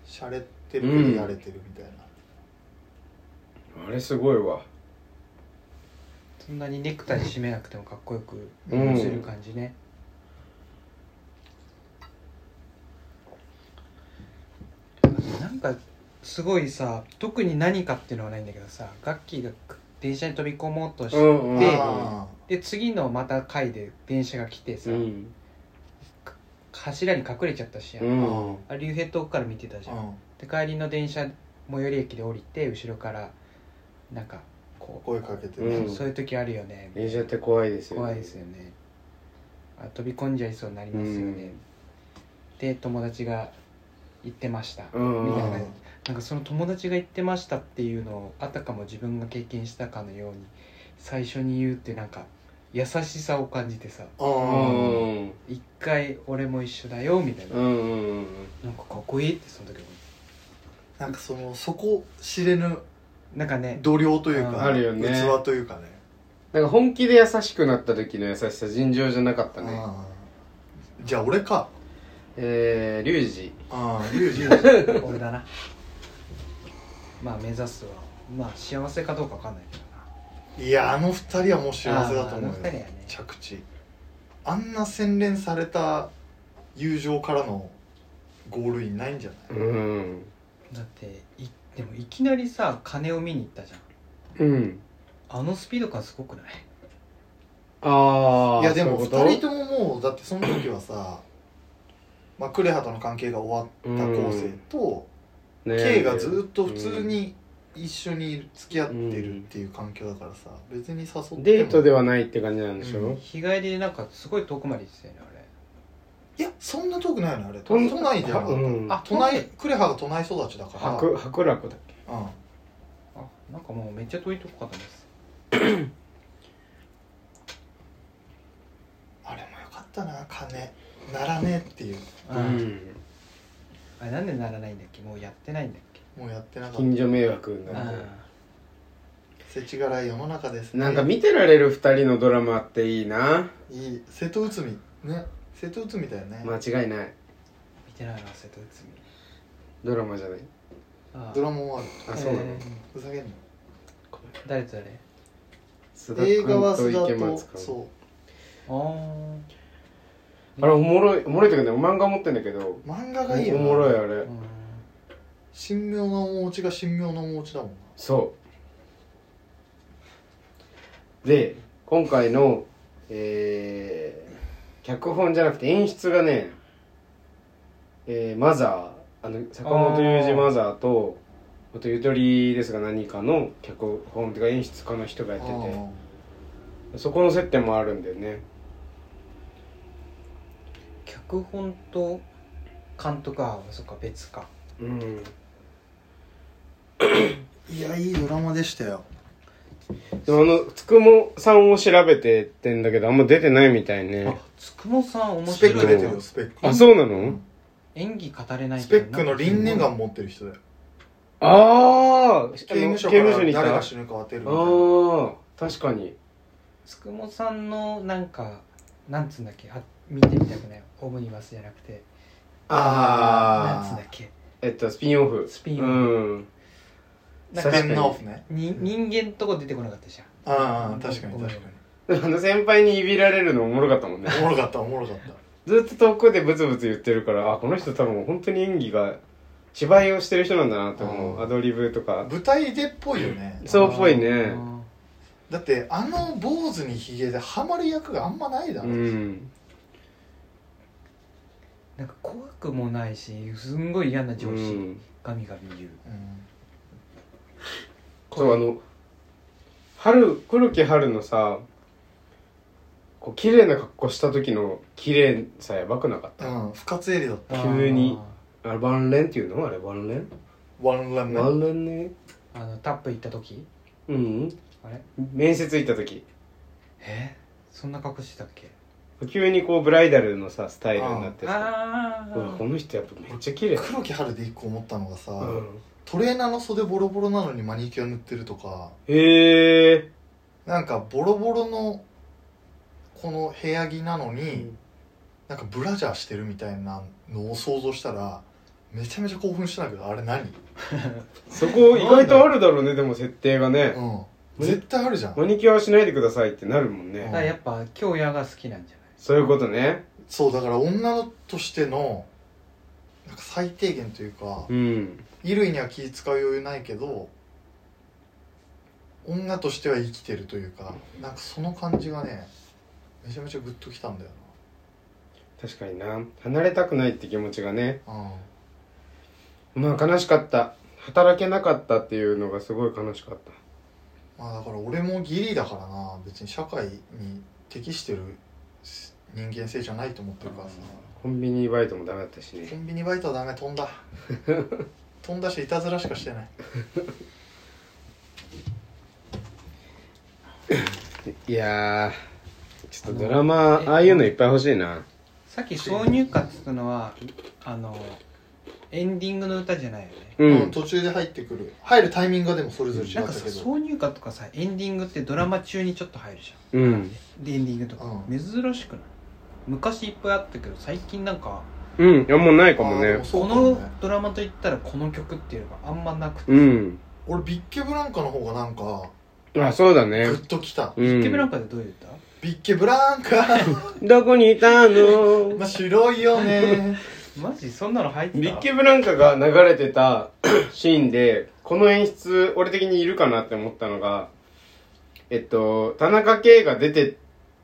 [SPEAKER 4] 洒落てるけどやれてるみたいな
[SPEAKER 1] あれすごいわ
[SPEAKER 3] そんなにネクタイ締めなくてもかっこよく
[SPEAKER 1] うん
[SPEAKER 3] する感じね、なんかすごいさ特に何かっていうのはないんだけどさガッキーが電車に飛び込もうとして、
[SPEAKER 1] うんうん
[SPEAKER 3] で
[SPEAKER 4] あ
[SPEAKER 3] で次のまた回で電車が来てさ、
[SPEAKER 1] うん
[SPEAKER 3] 柱に隠れちゃったし、
[SPEAKER 1] う
[SPEAKER 3] あ
[SPEAKER 1] ん
[SPEAKER 3] 竜兵遠くから見てたじ
[SPEAKER 4] ー
[SPEAKER 3] ゃん、
[SPEAKER 4] うん
[SPEAKER 3] で帰りの電車最寄り駅で降りて後ろからなんかこう
[SPEAKER 4] 声かけて
[SPEAKER 1] う
[SPEAKER 4] ね
[SPEAKER 1] ん
[SPEAKER 3] そういう時あるよねみたいな
[SPEAKER 1] 電車って怖いですよね
[SPEAKER 3] 怖いですよねあ飛び込んじゃいそうになりますよね、で友達が言ってました、
[SPEAKER 1] うん
[SPEAKER 3] みたいな
[SPEAKER 4] うん
[SPEAKER 3] なんかその友達が言ってましたっていうのをあたかも自分が経験したかのように最初に言うってなんか優しさを感じてさ
[SPEAKER 1] う
[SPEAKER 4] ああ
[SPEAKER 1] ん
[SPEAKER 3] 一回俺も一緒だよみたいな、
[SPEAKER 1] うんうん
[SPEAKER 3] なんかかっこいいってその時思っ
[SPEAKER 4] なんかそのそこ知れぬ
[SPEAKER 3] たなんか ね
[SPEAKER 4] 度量という
[SPEAKER 3] うん
[SPEAKER 4] か
[SPEAKER 1] あるよね
[SPEAKER 4] 器というかね
[SPEAKER 1] なんか本気で優しくなった時の優しさ尋常じゃなかったね
[SPEAKER 4] あーじゃあ俺か
[SPEAKER 1] えー、リュウジ
[SPEAKER 4] ああリュウジ
[SPEAKER 3] 俺だなまあ目指すはまあ幸せかどうかわかんないけどない
[SPEAKER 4] やあの二人はもう幸せだ
[SPEAKER 3] あ
[SPEAKER 4] と思う
[SPEAKER 3] ーあの
[SPEAKER 4] よ
[SPEAKER 3] 二人はね
[SPEAKER 4] 着地あんな洗練された友情からのゴールインないんじゃない
[SPEAKER 1] うん
[SPEAKER 3] だっていでもいきなりさ鐘を見に行ったじゃん
[SPEAKER 1] うん
[SPEAKER 3] あのスピード感すごくない
[SPEAKER 1] あ
[SPEAKER 4] い
[SPEAKER 1] あ
[SPEAKER 4] やでも
[SPEAKER 1] 二
[SPEAKER 4] 2人とももうだってその時はさ、まあ、クレハとの関係が終わった昴生と K がずっと普通に一緒に付き合ってるっていう環境だからさ別に誘っても
[SPEAKER 1] デートではないって感じなんでしょ、
[SPEAKER 4] うん
[SPEAKER 3] 日帰りでなんかすごい遠くまで行ってたよね
[SPEAKER 4] いやそんな遠くないのあれ
[SPEAKER 1] と
[SPEAKER 4] 都
[SPEAKER 1] ん
[SPEAKER 4] 内じゃな
[SPEAKER 1] う
[SPEAKER 4] かっ
[SPEAKER 1] ん、
[SPEAKER 3] あ
[SPEAKER 1] あ
[SPEAKER 4] た都内クレハが都内育ちだから
[SPEAKER 1] 白白楽だっけ
[SPEAKER 4] うん
[SPEAKER 3] あれあなんかもうめっちゃ遠いとこかと思って
[SPEAKER 4] あれもよかったな金ならねえっていう
[SPEAKER 3] たあ,、
[SPEAKER 1] うん
[SPEAKER 3] あれなんでならないんだっけもうやってないんだっけ
[SPEAKER 4] もうやってなかっ
[SPEAKER 1] 近所迷惑に
[SPEAKER 3] う
[SPEAKER 1] なって
[SPEAKER 4] た世知辛い世の中ですね
[SPEAKER 1] なんか見てられる2人のドラマっていいない
[SPEAKER 4] い瀬戸内海ね瀬戸内海だよね、
[SPEAKER 1] 間違いない
[SPEAKER 3] 見てないな瀬戸内海
[SPEAKER 1] ドラマじゃない
[SPEAKER 3] ああ
[SPEAKER 4] ドラマもある
[SPEAKER 1] あそうなの、
[SPEAKER 3] えー
[SPEAKER 4] ふざけん
[SPEAKER 3] 誰と誰
[SPEAKER 1] 須
[SPEAKER 4] な映画は
[SPEAKER 1] 君
[SPEAKER 4] 菅
[SPEAKER 1] と
[SPEAKER 4] 田
[SPEAKER 1] 池
[SPEAKER 4] と
[SPEAKER 1] 松君
[SPEAKER 4] そ
[SPEAKER 3] ああ
[SPEAKER 1] あれおもろいおもろいというかね漫画持ってんだけど
[SPEAKER 4] う漫画がいいよ
[SPEAKER 1] お
[SPEAKER 4] な
[SPEAKER 1] もろいあれ、
[SPEAKER 3] うん
[SPEAKER 4] 神妙なお餅が神妙なお餅だもんな
[SPEAKER 1] そうで今回のえー脚本じゃなくて演出がね、えーマザーあの坂本雄二マザーと元ゆとりですが何かの脚本というか演出家の人がやって
[SPEAKER 4] あ
[SPEAKER 1] てそこの接点もあるんだよね
[SPEAKER 3] 脚本と監督はそっか別か
[SPEAKER 1] うん
[SPEAKER 4] ーいやいいドラマでしたよ
[SPEAKER 1] でもあのつくもさんを調べてってんだけどあんま出てないみたいね
[SPEAKER 3] あつくもさん面
[SPEAKER 4] スペ
[SPEAKER 3] 白い
[SPEAKER 4] ック出てるよスペック
[SPEAKER 1] あそうなの、
[SPEAKER 3] 演技語れない
[SPEAKER 4] スペ
[SPEAKER 3] けど
[SPEAKER 4] ックの輪廻眼持ってる人だよ
[SPEAKER 1] あ
[SPEAKER 4] 刑
[SPEAKER 1] あ
[SPEAKER 4] 務所か
[SPEAKER 1] 刑務所にい
[SPEAKER 4] ら
[SPEAKER 1] た
[SPEAKER 4] 誰が死ぬか当てるみたいな
[SPEAKER 1] ああ確かに
[SPEAKER 3] つくもさんのなんかなんつうんだっけあ見てみたくないオムニバスじゃなくてなんつうんだっけ
[SPEAKER 1] えっとスピンオフ
[SPEAKER 3] スピンオ
[SPEAKER 1] オ
[SPEAKER 3] フ
[SPEAKER 1] フ
[SPEAKER 3] なん
[SPEAKER 1] 確か
[SPEAKER 3] か
[SPEAKER 1] に
[SPEAKER 4] ペンナオフね
[SPEAKER 3] に人間とこ出てこなかったじゃん
[SPEAKER 4] ああ確かに確か
[SPEAKER 1] うんあの先輩にいびられるのおもろかったもんね
[SPEAKER 4] におもろかったおもろかった
[SPEAKER 1] ずっと遠くでブツブツ言ってるからあこの人多分本当に演技が芝居をしてる人なんだなって思
[SPEAKER 4] あ
[SPEAKER 1] う
[SPEAKER 4] ー
[SPEAKER 1] アドリブとか
[SPEAKER 4] 舞台でっぽいよね
[SPEAKER 1] そうっぽいね
[SPEAKER 4] だってあの坊主にひげでハマる役があんまないだ
[SPEAKER 1] う
[SPEAKER 4] ろ、
[SPEAKER 1] ん
[SPEAKER 3] なんか怖くもないしすんごい嫌な
[SPEAKER 1] う
[SPEAKER 3] 上司、
[SPEAKER 1] ん
[SPEAKER 3] ガミガミ言う
[SPEAKER 4] うん
[SPEAKER 1] そうあの春黒木春のさこう綺麗な格好した時の綺麗さやばくなかっ
[SPEAKER 4] うん、不活エリだった
[SPEAKER 1] 急にたあれ晩恋っていうのあれ晩恋
[SPEAKER 4] ワンラン
[SPEAKER 1] 晩恋ね
[SPEAKER 3] あーあのタップ行った時
[SPEAKER 1] うん
[SPEAKER 3] あれ
[SPEAKER 1] 面接行った時
[SPEAKER 3] えそんな格好してたっけ
[SPEAKER 1] 急にこうブライダルのさスタイルになってさ
[SPEAKER 3] あ
[SPEAKER 1] うわこの人やっぱめっちゃ綺麗
[SPEAKER 4] 黒木春で一個思ったのがさ、
[SPEAKER 1] うん
[SPEAKER 4] トレーナーの袖ボロボロなのにマニキュア塗ってるとか
[SPEAKER 1] へえ
[SPEAKER 4] なんかボロボロのこの部屋着なのに、
[SPEAKER 1] うん
[SPEAKER 4] なんかブラジャーしてるみたいなのを想像したらめちゃめちゃ興奮したんだけどあれ何、
[SPEAKER 1] そこ意外とあるだろうねでも設定がね
[SPEAKER 4] うん、絶対あるじゃん
[SPEAKER 1] マニキュアはしないでくださいってなるもん
[SPEAKER 3] だ
[SPEAKER 1] ね
[SPEAKER 3] からやっぱ京也が好きなんじゃない
[SPEAKER 1] そういうことね
[SPEAKER 4] そうだから女としてのなんか最低限というか
[SPEAKER 1] うん
[SPEAKER 4] 衣類には気使う余裕ないけど女としては生きてるというかなんかその感じがねめちゃめちゃグッときたんだよ
[SPEAKER 1] 確かにな離れたくないって気持ちがね
[SPEAKER 4] なうん
[SPEAKER 1] まあ悲しかった働けなかったっていうのがすごい悲しかった
[SPEAKER 4] まあだから俺もギリだからな別に社会に適してる人間性じゃないと思ってるからさ
[SPEAKER 1] コンビニバイトもダメだったしね
[SPEAKER 4] コンビニバイトはダメ飛 んだ飛んだしいたずらしかしてない
[SPEAKER 1] いやーちょっとドラマああいうのいっぱい欲しいな
[SPEAKER 3] さっき挿入歌っつったのはあのエンディングの歌じゃないよね
[SPEAKER 1] う
[SPEAKER 4] うん
[SPEAKER 1] ん
[SPEAKER 4] 途中で入ってくる入るタイミングがでもそれぞれ違った
[SPEAKER 3] なん
[SPEAKER 4] け
[SPEAKER 3] かさ
[SPEAKER 4] ど
[SPEAKER 3] 挿入歌とかさエンディングってドラマ中にちょっと入るじ
[SPEAKER 1] う
[SPEAKER 3] ゃん
[SPEAKER 1] ん
[SPEAKER 3] でエンディングとか、
[SPEAKER 4] う
[SPEAKER 3] 珍しくない昔いっぱいあったけど最近なんか
[SPEAKER 1] うんあんまないか
[SPEAKER 4] あ
[SPEAKER 1] も
[SPEAKER 4] ーで
[SPEAKER 1] ね
[SPEAKER 4] もそう
[SPEAKER 3] こ
[SPEAKER 4] かも
[SPEAKER 3] の
[SPEAKER 4] ね
[SPEAKER 3] ドラマといったらこの曲っていうのがあんまなくて、
[SPEAKER 1] うん
[SPEAKER 4] 俺ビッケブランカの方がなんか
[SPEAKER 1] あそうだね
[SPEAKER 4] グッときた
[SPEAKER 1] うん
[SPEAKER 3] ケブランカでどういう歌
[SPEAKER 4] ビッケブラン カ
[SPEAKER 1] どこにいたの
[SPEAKER 4] まあ白いよ ね
[SPEAKER 3] マジそんなの入ってた
[SPEAKER 1] ビッケブランカが流れてた シーンでこの演出俺的にいるかなって思ったのがえっと田中圭が出て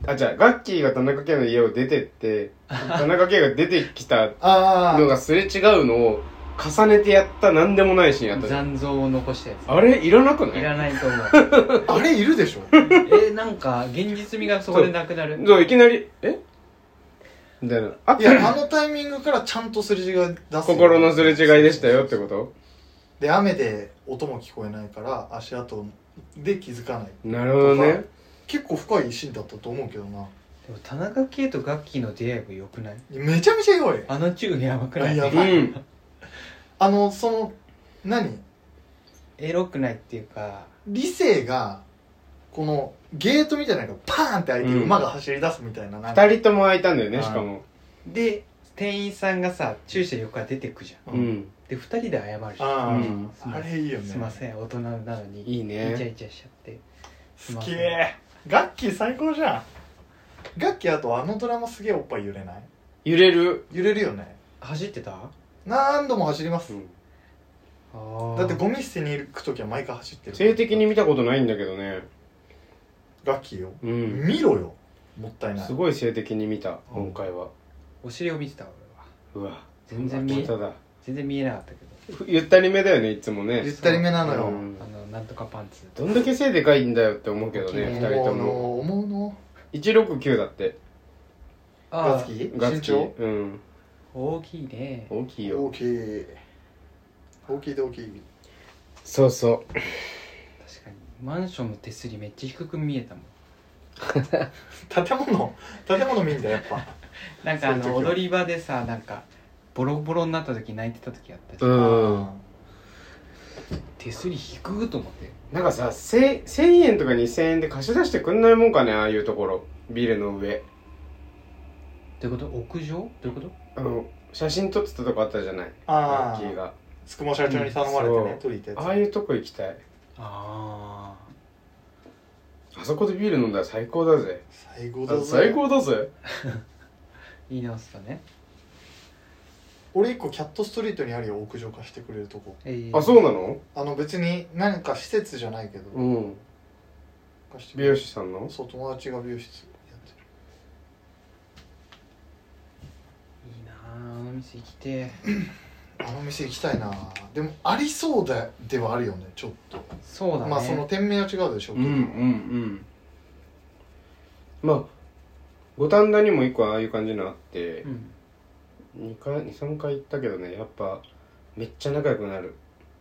[SPEAKER 1] あじゃあガッキーが田中圭の家を出てって田中圭が出てきた
[SPEAKER 4] あ
[SPEAKER 1] の
[SPEAKER 4] あ
[SPEAKER 1] がすれ違うのを重ねてやった何でもないシーンやったじゃん
[SPEAKER 3] 残像を残したやつ
[SPEAKER 1] あれいらなくない
[SPEAKER 3] いらないと思う
[SPEAKER 4] あれいるでしょ
[SPEAKER 3] えー、なんか現実味がそこでなくなる
[SPEAKER 1] そういきなり「えみたいなあっ
[SPEAKER 4] い
[SPEAKER 1] た
[SPEAKER 4] や
[SPEAKER 1] ら
[SPEAKER 4] あのタイミングからちゃんとすれ違い出すよ
[SPEAKER 1] 心のすれ違いでしたよってこと
[SPEAKER 4] で雨で音も聞こえないから足跡で気づかない
[SPEAKER 1] なるほどね
[SPEAKER 4] 結構深いシーンだったと思うけどな
[SPEAKER 3] でも田中圭と楽器の出会いが良くない
[SPEAKER 4] めちゃめちゃ良い
[SPEAKER 3] あのチューやばく
[SPEAKER 4] あ
[SPEAKER 3] ない
[SPEAKER 4] や
[SPEAKER 1] う
[SPEAKER 4] ばい
[SPEAKER 1] ん
[SPEAKER 4] あのその何
[SPEAKER 3] エロくないっていうか
[SPEAKER 4] 理性がこのゲートみたいなのがパーンって開いて
[SPEAKER 1] うん
[SPEAKER 4] 馬が走り出すみたいななんか
[SPEAKER 1] 2人とも開いたんだよね
[SPEAKER 4] はい
[SPEAKER 1] しかも
[SPEAKER 3] で店員さんがさ注射横から出てくじゃん
[SPEAKER 1] う
[SPEAKER 4] うん
[SPEAKER 1] ん
[SPEAKER 3] で2人で謝るじゃん
[SPEAKER 4] あ
[SPEAKER 1] うん
[SPEAKER 4] ーあれいいよね
[SPEAKER 3] すいません大人なのに
[SPEAKER 1] いいね
[SPEAKER 3] イチャイチャしちゃってすい
[SPEAKER 4] 好
[SPEAKER 3] ま
[SPEAKER 4] き
[SPEAKER 3] せん
[SPEAKER 4] えガッキー最高じゃんガッキーあとあのドラマすげえおっぱい揺れない
[SPEAKER 1] 揺れる
[SPEAKER 4] 揺れるよね
[SPEAKER 3] 走ってたあ
[SPEAKER 4] 何度も走ります
[SPEAKER 3] ー
[SPEAKER 4] だってゴミ捨てに行く時は毎回走ってる
[SPEAKER 1] 性的に見たことないんだけどね
[SPEAKER 4] ガッキーよ
[SPEAKER 1] うん
[SPEAKER 4] 見ろよもったいない
[SPEAKER 1] すごい性的に見た今回は
[SPEAKER 3] お尻を見てた俺は
[SPEAKER 1] うわ
[SPEAKER 3] 全然見え
[SPEAKER 1] ただ
[SPEAKER 3] 全然見えなかったけ
[SPEAKER 1] ゆったりめだよねいつも
[SPEAKER 4] ゆっ
[SPEAKER 1] ね
[SPEAKER 4] たりめなの
[SPEAKER 1] う
[SPEAKER 4] よ
[SPEAKER 1] ん
[SPEAKER 3] どあのなんとかパンツ
[SPEAKER 1] どんだけ背でかいんだよって思うけどね2人
[SPEAKER 4] 思
[SPEAKER 1] と
[SPEAKER 4] う
[SPEAKER 1] も
[SPEAKER 4] の思うの
[SPEAKER 1] 169だって
[SPEAKER 4] ガ
[SPEAKER 3] あ
[SPEAKER 4] ッキー
[SPEAKER 1] ガッ
[SPEAKER 4] 身
[SPEAKER 1] キ
[SPEAKER 4] 長
[SPEAKER 1] ーうん
[SPEAKER 3] 大きいね
[SPEAKER 1] 大きいよ
[SPEAKER 4] 大きい大きいで大きい
[SPEAKER 1] そうそ
[SPEAKER 3] 確かにマンションの手すりめっちゃ低く見えたもん
[SPEAKER 4] 建物建物見んだやっぱ
[SPEAKER 3] なんかあ
[SPEAKER 4] そう
[SPEAKER 3] の
[SPEAKER 4] いう時は
[SPEAKER 3] 踊り場でさなんかボロボロになった時泣いてた時あったじ
[SPEAKER 1] う
[SPEAKER 3] ゃん
[SPEAKER 1] うん
[SPEAKER 3] 手すり低くと思って
[SPEAKER 1] なんかさせ1000円とか2000円で貸し出してくんないもんかねああいうところビルの上
[SPEAKER 3] どういうこと屋上どういうこと
[SPEAKER 1] あの写真撮ってたとこあったじゃないラ
[SPEAKER 4] あ
[SPEAKER 1] ッキー
[SPEAKER 4] あ
[SPEAKER 1] が
[SPEAKER 4] 宿毛社長に頼まれて
[SPEAKER 1] う
[SPEAKER 4] ね
[SPEAKER 1] ん
[SPEAKER 4] 取りに行っ
[SPEAKER 1] あ
[SPEAKER 4] た
[SPEAKER 1] あ
[SPEAKER 4] や
[SPEAKER 1] い
[SPEAKER 4] つ
[SPEAKER 1] うとこ行きたい
[SPEAKER 3] ああ
[SPEAKER 1] あそこでビール飲んだら最高だぜ
[SPEAKER 4] 最高だぜ
[SPEAKER 1] 最高だぜ
[SPEAKER 3] 言い直すとね、
[SPEAKER 4] 俺一個キャットストリートにあるよ屋上貸してくれるとこ
[SPEAKER 3] えー
[SPEAKER 1] あそうなの
[SPEAKER 4] あの別に何か施設じゃないけど、
[SPEAKER 1] うん
[SPEAKER 4] 貸してく
[SPEAKER 1] 美
[SPEAKER 4] れる
[SPEAKER 1] 容師さんの
[SPEAKER 4] そう友達が美容室やってる
[SPEAKER 3] いいなああの店行きてえ
[SPEAKER 4] あの店行きたいなでもありそうでではあるよねちょっと、
[SPEAKER 3] そうだね、
[SPEAKER 4] まあその店名は違うでしょう
[SPEAKER 1] う
[SPEAKER 4] けど、
[SPEAKER 1] んうんうんまあ五反田にも一個ああいう感じのあって
[SPEAKER 3] うん、
[SPEAKER 1] 二回二三回行ったけどねやっぱめっちゃ仲良くなる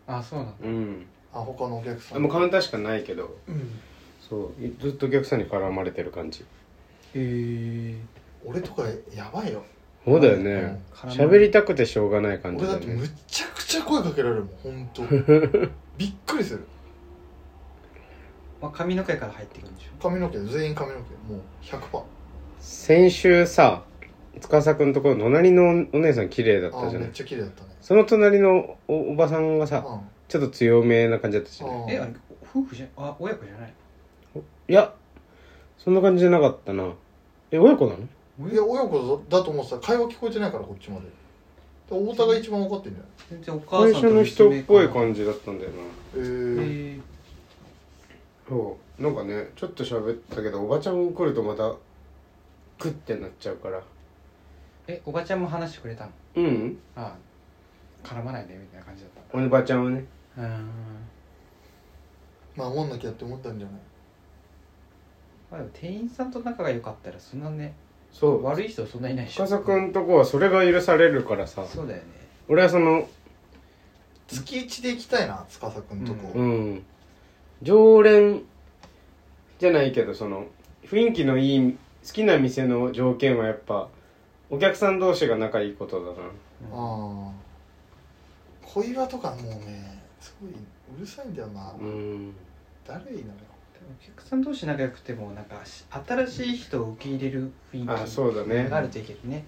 [SPEAKER 3] あそうなんだ
[SPEAKER 1] うん
[SPEAKER 4] あ他のお客さ
[SPEAKER 1] あ
[SPEAKER 4] ん
[SPEAKER 1] もうカウンターしかないけど
[SPEAKER 4] うん
[SPEAKER 1] そういずっとお客さんに絡まれてる感じ
[SPEAKER 3] へえ
[SPEAKER 4] 俺とかやばいよ
[SPEAKER 1] そうだよね
[SPEAKER 3] 絡まれ
[SPEAKER 1] 喋りたくてしょうがない感じ
[SPEAKER 4] 俺
[SPEAKER 1] だ
[SPEAKER 4] だっ
[SPEAKER 1] よ
[SPEAKER 4] て
[SPEAKER 1] ね
[SPEAKER 4] むちゃくちゃ声かけられるもん本 当びっくりする
[SPEAKER 3] まあ、髪の毛から入っていくんでしょ
[SPEAKER 4] 髪の毛全員髪の毛もう100%
[SPEAKER 1] 先週さ司くんところの隣のお姉さん綺麗だっ
[SPEAKER 4] あ
[SPEAKER 1] た
[SPEAKER 4] あ
[SPEAKER 1] じゃ
[SPEAKER 4] め
[SPEAKER 1] な
[SPEAKER 4] っ
[SPEAKER 1] い
[SPEAKER 4] ちゃ綺麗だったね
[SPEAKER 1] その隣のおおばさんがさ
[SPEAKER 4] う
[SPEAKER 1] ちょっと強めな感じだったじゃない
[SPEAKER 4] ん
[SPEAKER 3] えあれ夫婦じゃあ親子じゃない
[SPEAKER 1] いやそんな感じじゃなかったなえ親子なの
[SPEAKER 4] うんいや親子だと思ってた会話聞こえてないからこっちまでで太田が一番分かってんじゃない
[SPEAKER 3] 全然お母
[SPEAKER 1] 最
[SPEAKER 3] さん
[SPEAKER 1] 初
[SPEAKER 3] と
[SPEAKER 1] の人
[SPEAKER 3] 娘
[SPEAKER 1] っぽい
[SPEAKER 3] じ
[SPEAKER 1] 感じだったんだよな
[SPEAKER 4] えー、
[SPEAKER 3] え
[SPEAKER 1] そうなんかねちょっと喋ったけどおばちゃん来るとまたグッてなっちゃうから
[SPEAKER 3] えおばちゃんも話してくれたの
[SPEAKER 1] うん
[SPEAKER 3] ああ絡まないでみたいな感じだっ
[SPEAKER 1] おばちゃんはね
[SPEAKER 3] たうーん
[SPEAKER 4] まあ守んなきゃって思ったんじゃない
[SPEAKER 3] まあでも店員さんと仲が良かったらそんなね
[SPEAKER 1] そう
[SPEAKER 3] 悪い人そんないないでしょ
[SPEAKER 1] 司くんとこはそれが許されるからさ
[SPEAKER 3] そうだよね
[SPEAKER 1] 俺はその
[SPEAKER 4] 月一で行きたいな司くんとこ、
[SPEAKER 3] う
[SPEAKER 1] うん常連じゃないけどその雰囲気のいい好きな店の条件はやっぱお客さん同士が仲いいことだな
[SPEAKER 4] ああ小岩とかもうねすごいうるさいんだよな、
[SPEAKER 1] うん
[SPEAKER 4] だるいのよ
[SPEAKER 3] お客さん同士仲良くてもなんかし新しい人を受け入れる雰囲気
[SPEAKER 1] あそうだね
[SPEAKER 3] があるといいけどね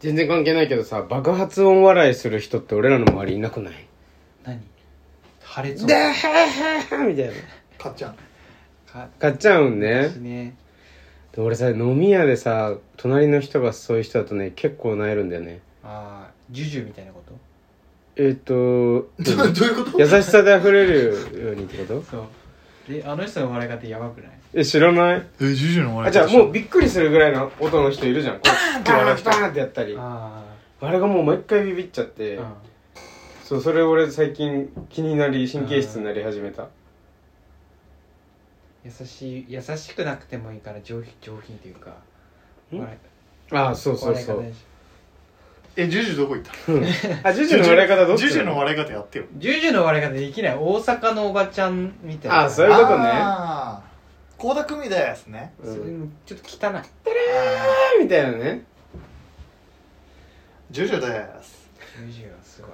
[SPEAKER 1] 全然関係ないけどさ爆発音笑いする人って俺らの周りいなくない
[SPEAKER 3] 何破裂
[SPEAKER 1] でーへーへーみたいな
[SPEAKER 4] かっちゃん
[SPEAKER 3] か
[SPEAKER 1] 買っちゃうん
[SPEAKER 3] で
[SPEAKER 1] ね
[SPEAKER 3] すね
[SPEAKER 1] で俺さ飲み屋でさ隣の人がそういう人だとね結構なえるんだよね
[SPEAKER 3] ああジュジュみたいなこと
[SPEAKER 1] えっ、と
[SPEAKER 4] ど どういうこと
[SPEAKER 1] 優しさで溢れるようにってこと
[SPEAKER 3] そうであの人の笑い方やばくない
[SPEAKER 1] え知らない
[SPEAKER 4] えジュジュの
[SPEAKER 1] あじゃあもうびっくりするぐらいの音の人いるじゃんバーンって
[SPEAKER 4] 笑う人
[SPEAKER 1] バーンってやったり
[SPEAKER 3] あ
[SPEAKER 1] あれがもう毎回ビビっちゃって、
[SPEAKER 3] あ、
[SPEAKER 1] そうそれ俺最近気になり神経質になり始めた
[SPEAKER 3] 優しい優しくなくてもいいから上品上品というか
[SPEAKER 1] ん
[SPEAKER 3] 笑い
[SPEAKER 1] ああそうそうそ
[SPEAKER 3] 笑い方
[SPEAKER 1] う
[SPEAKER 3] でし
[SPEAKER 4] えジュジュどこ行った
[SPEAKER 1] あジュジュの笑い方どっち
[SPEAKER 4] ジュジュの笑い方やってよ
[SPEAKER 3] ょジュジュの笑い方できない大阪のおばちゃんみたいな
[SPEAKER 1] あそういうことね
[SPEAKER 4] あー倖田來未ですね
[SPEAKER 1] うん
[SPEAKER 3] それもちょっと汚い
[SPEAKER 4] あ
[SPEAKER 1] みたいなね
[SPEAKER 4] ージュジュです
[SPEAKER 3] ジュジュはすごい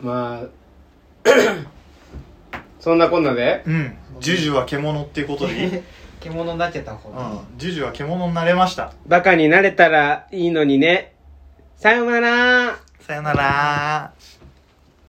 [SPEAKER 1] まあ そんなこんなで
[SPEAKER 4] うんジュジュは獣っていうことでい い、うん、
[SPEAKER 3] 獣になっちゃった方が
[SPEAKER 4] ジュジュは獣になれました
[SPEAKER 1] バカになれたらいいのにねさよなら
[SPEAKER 4] さよなら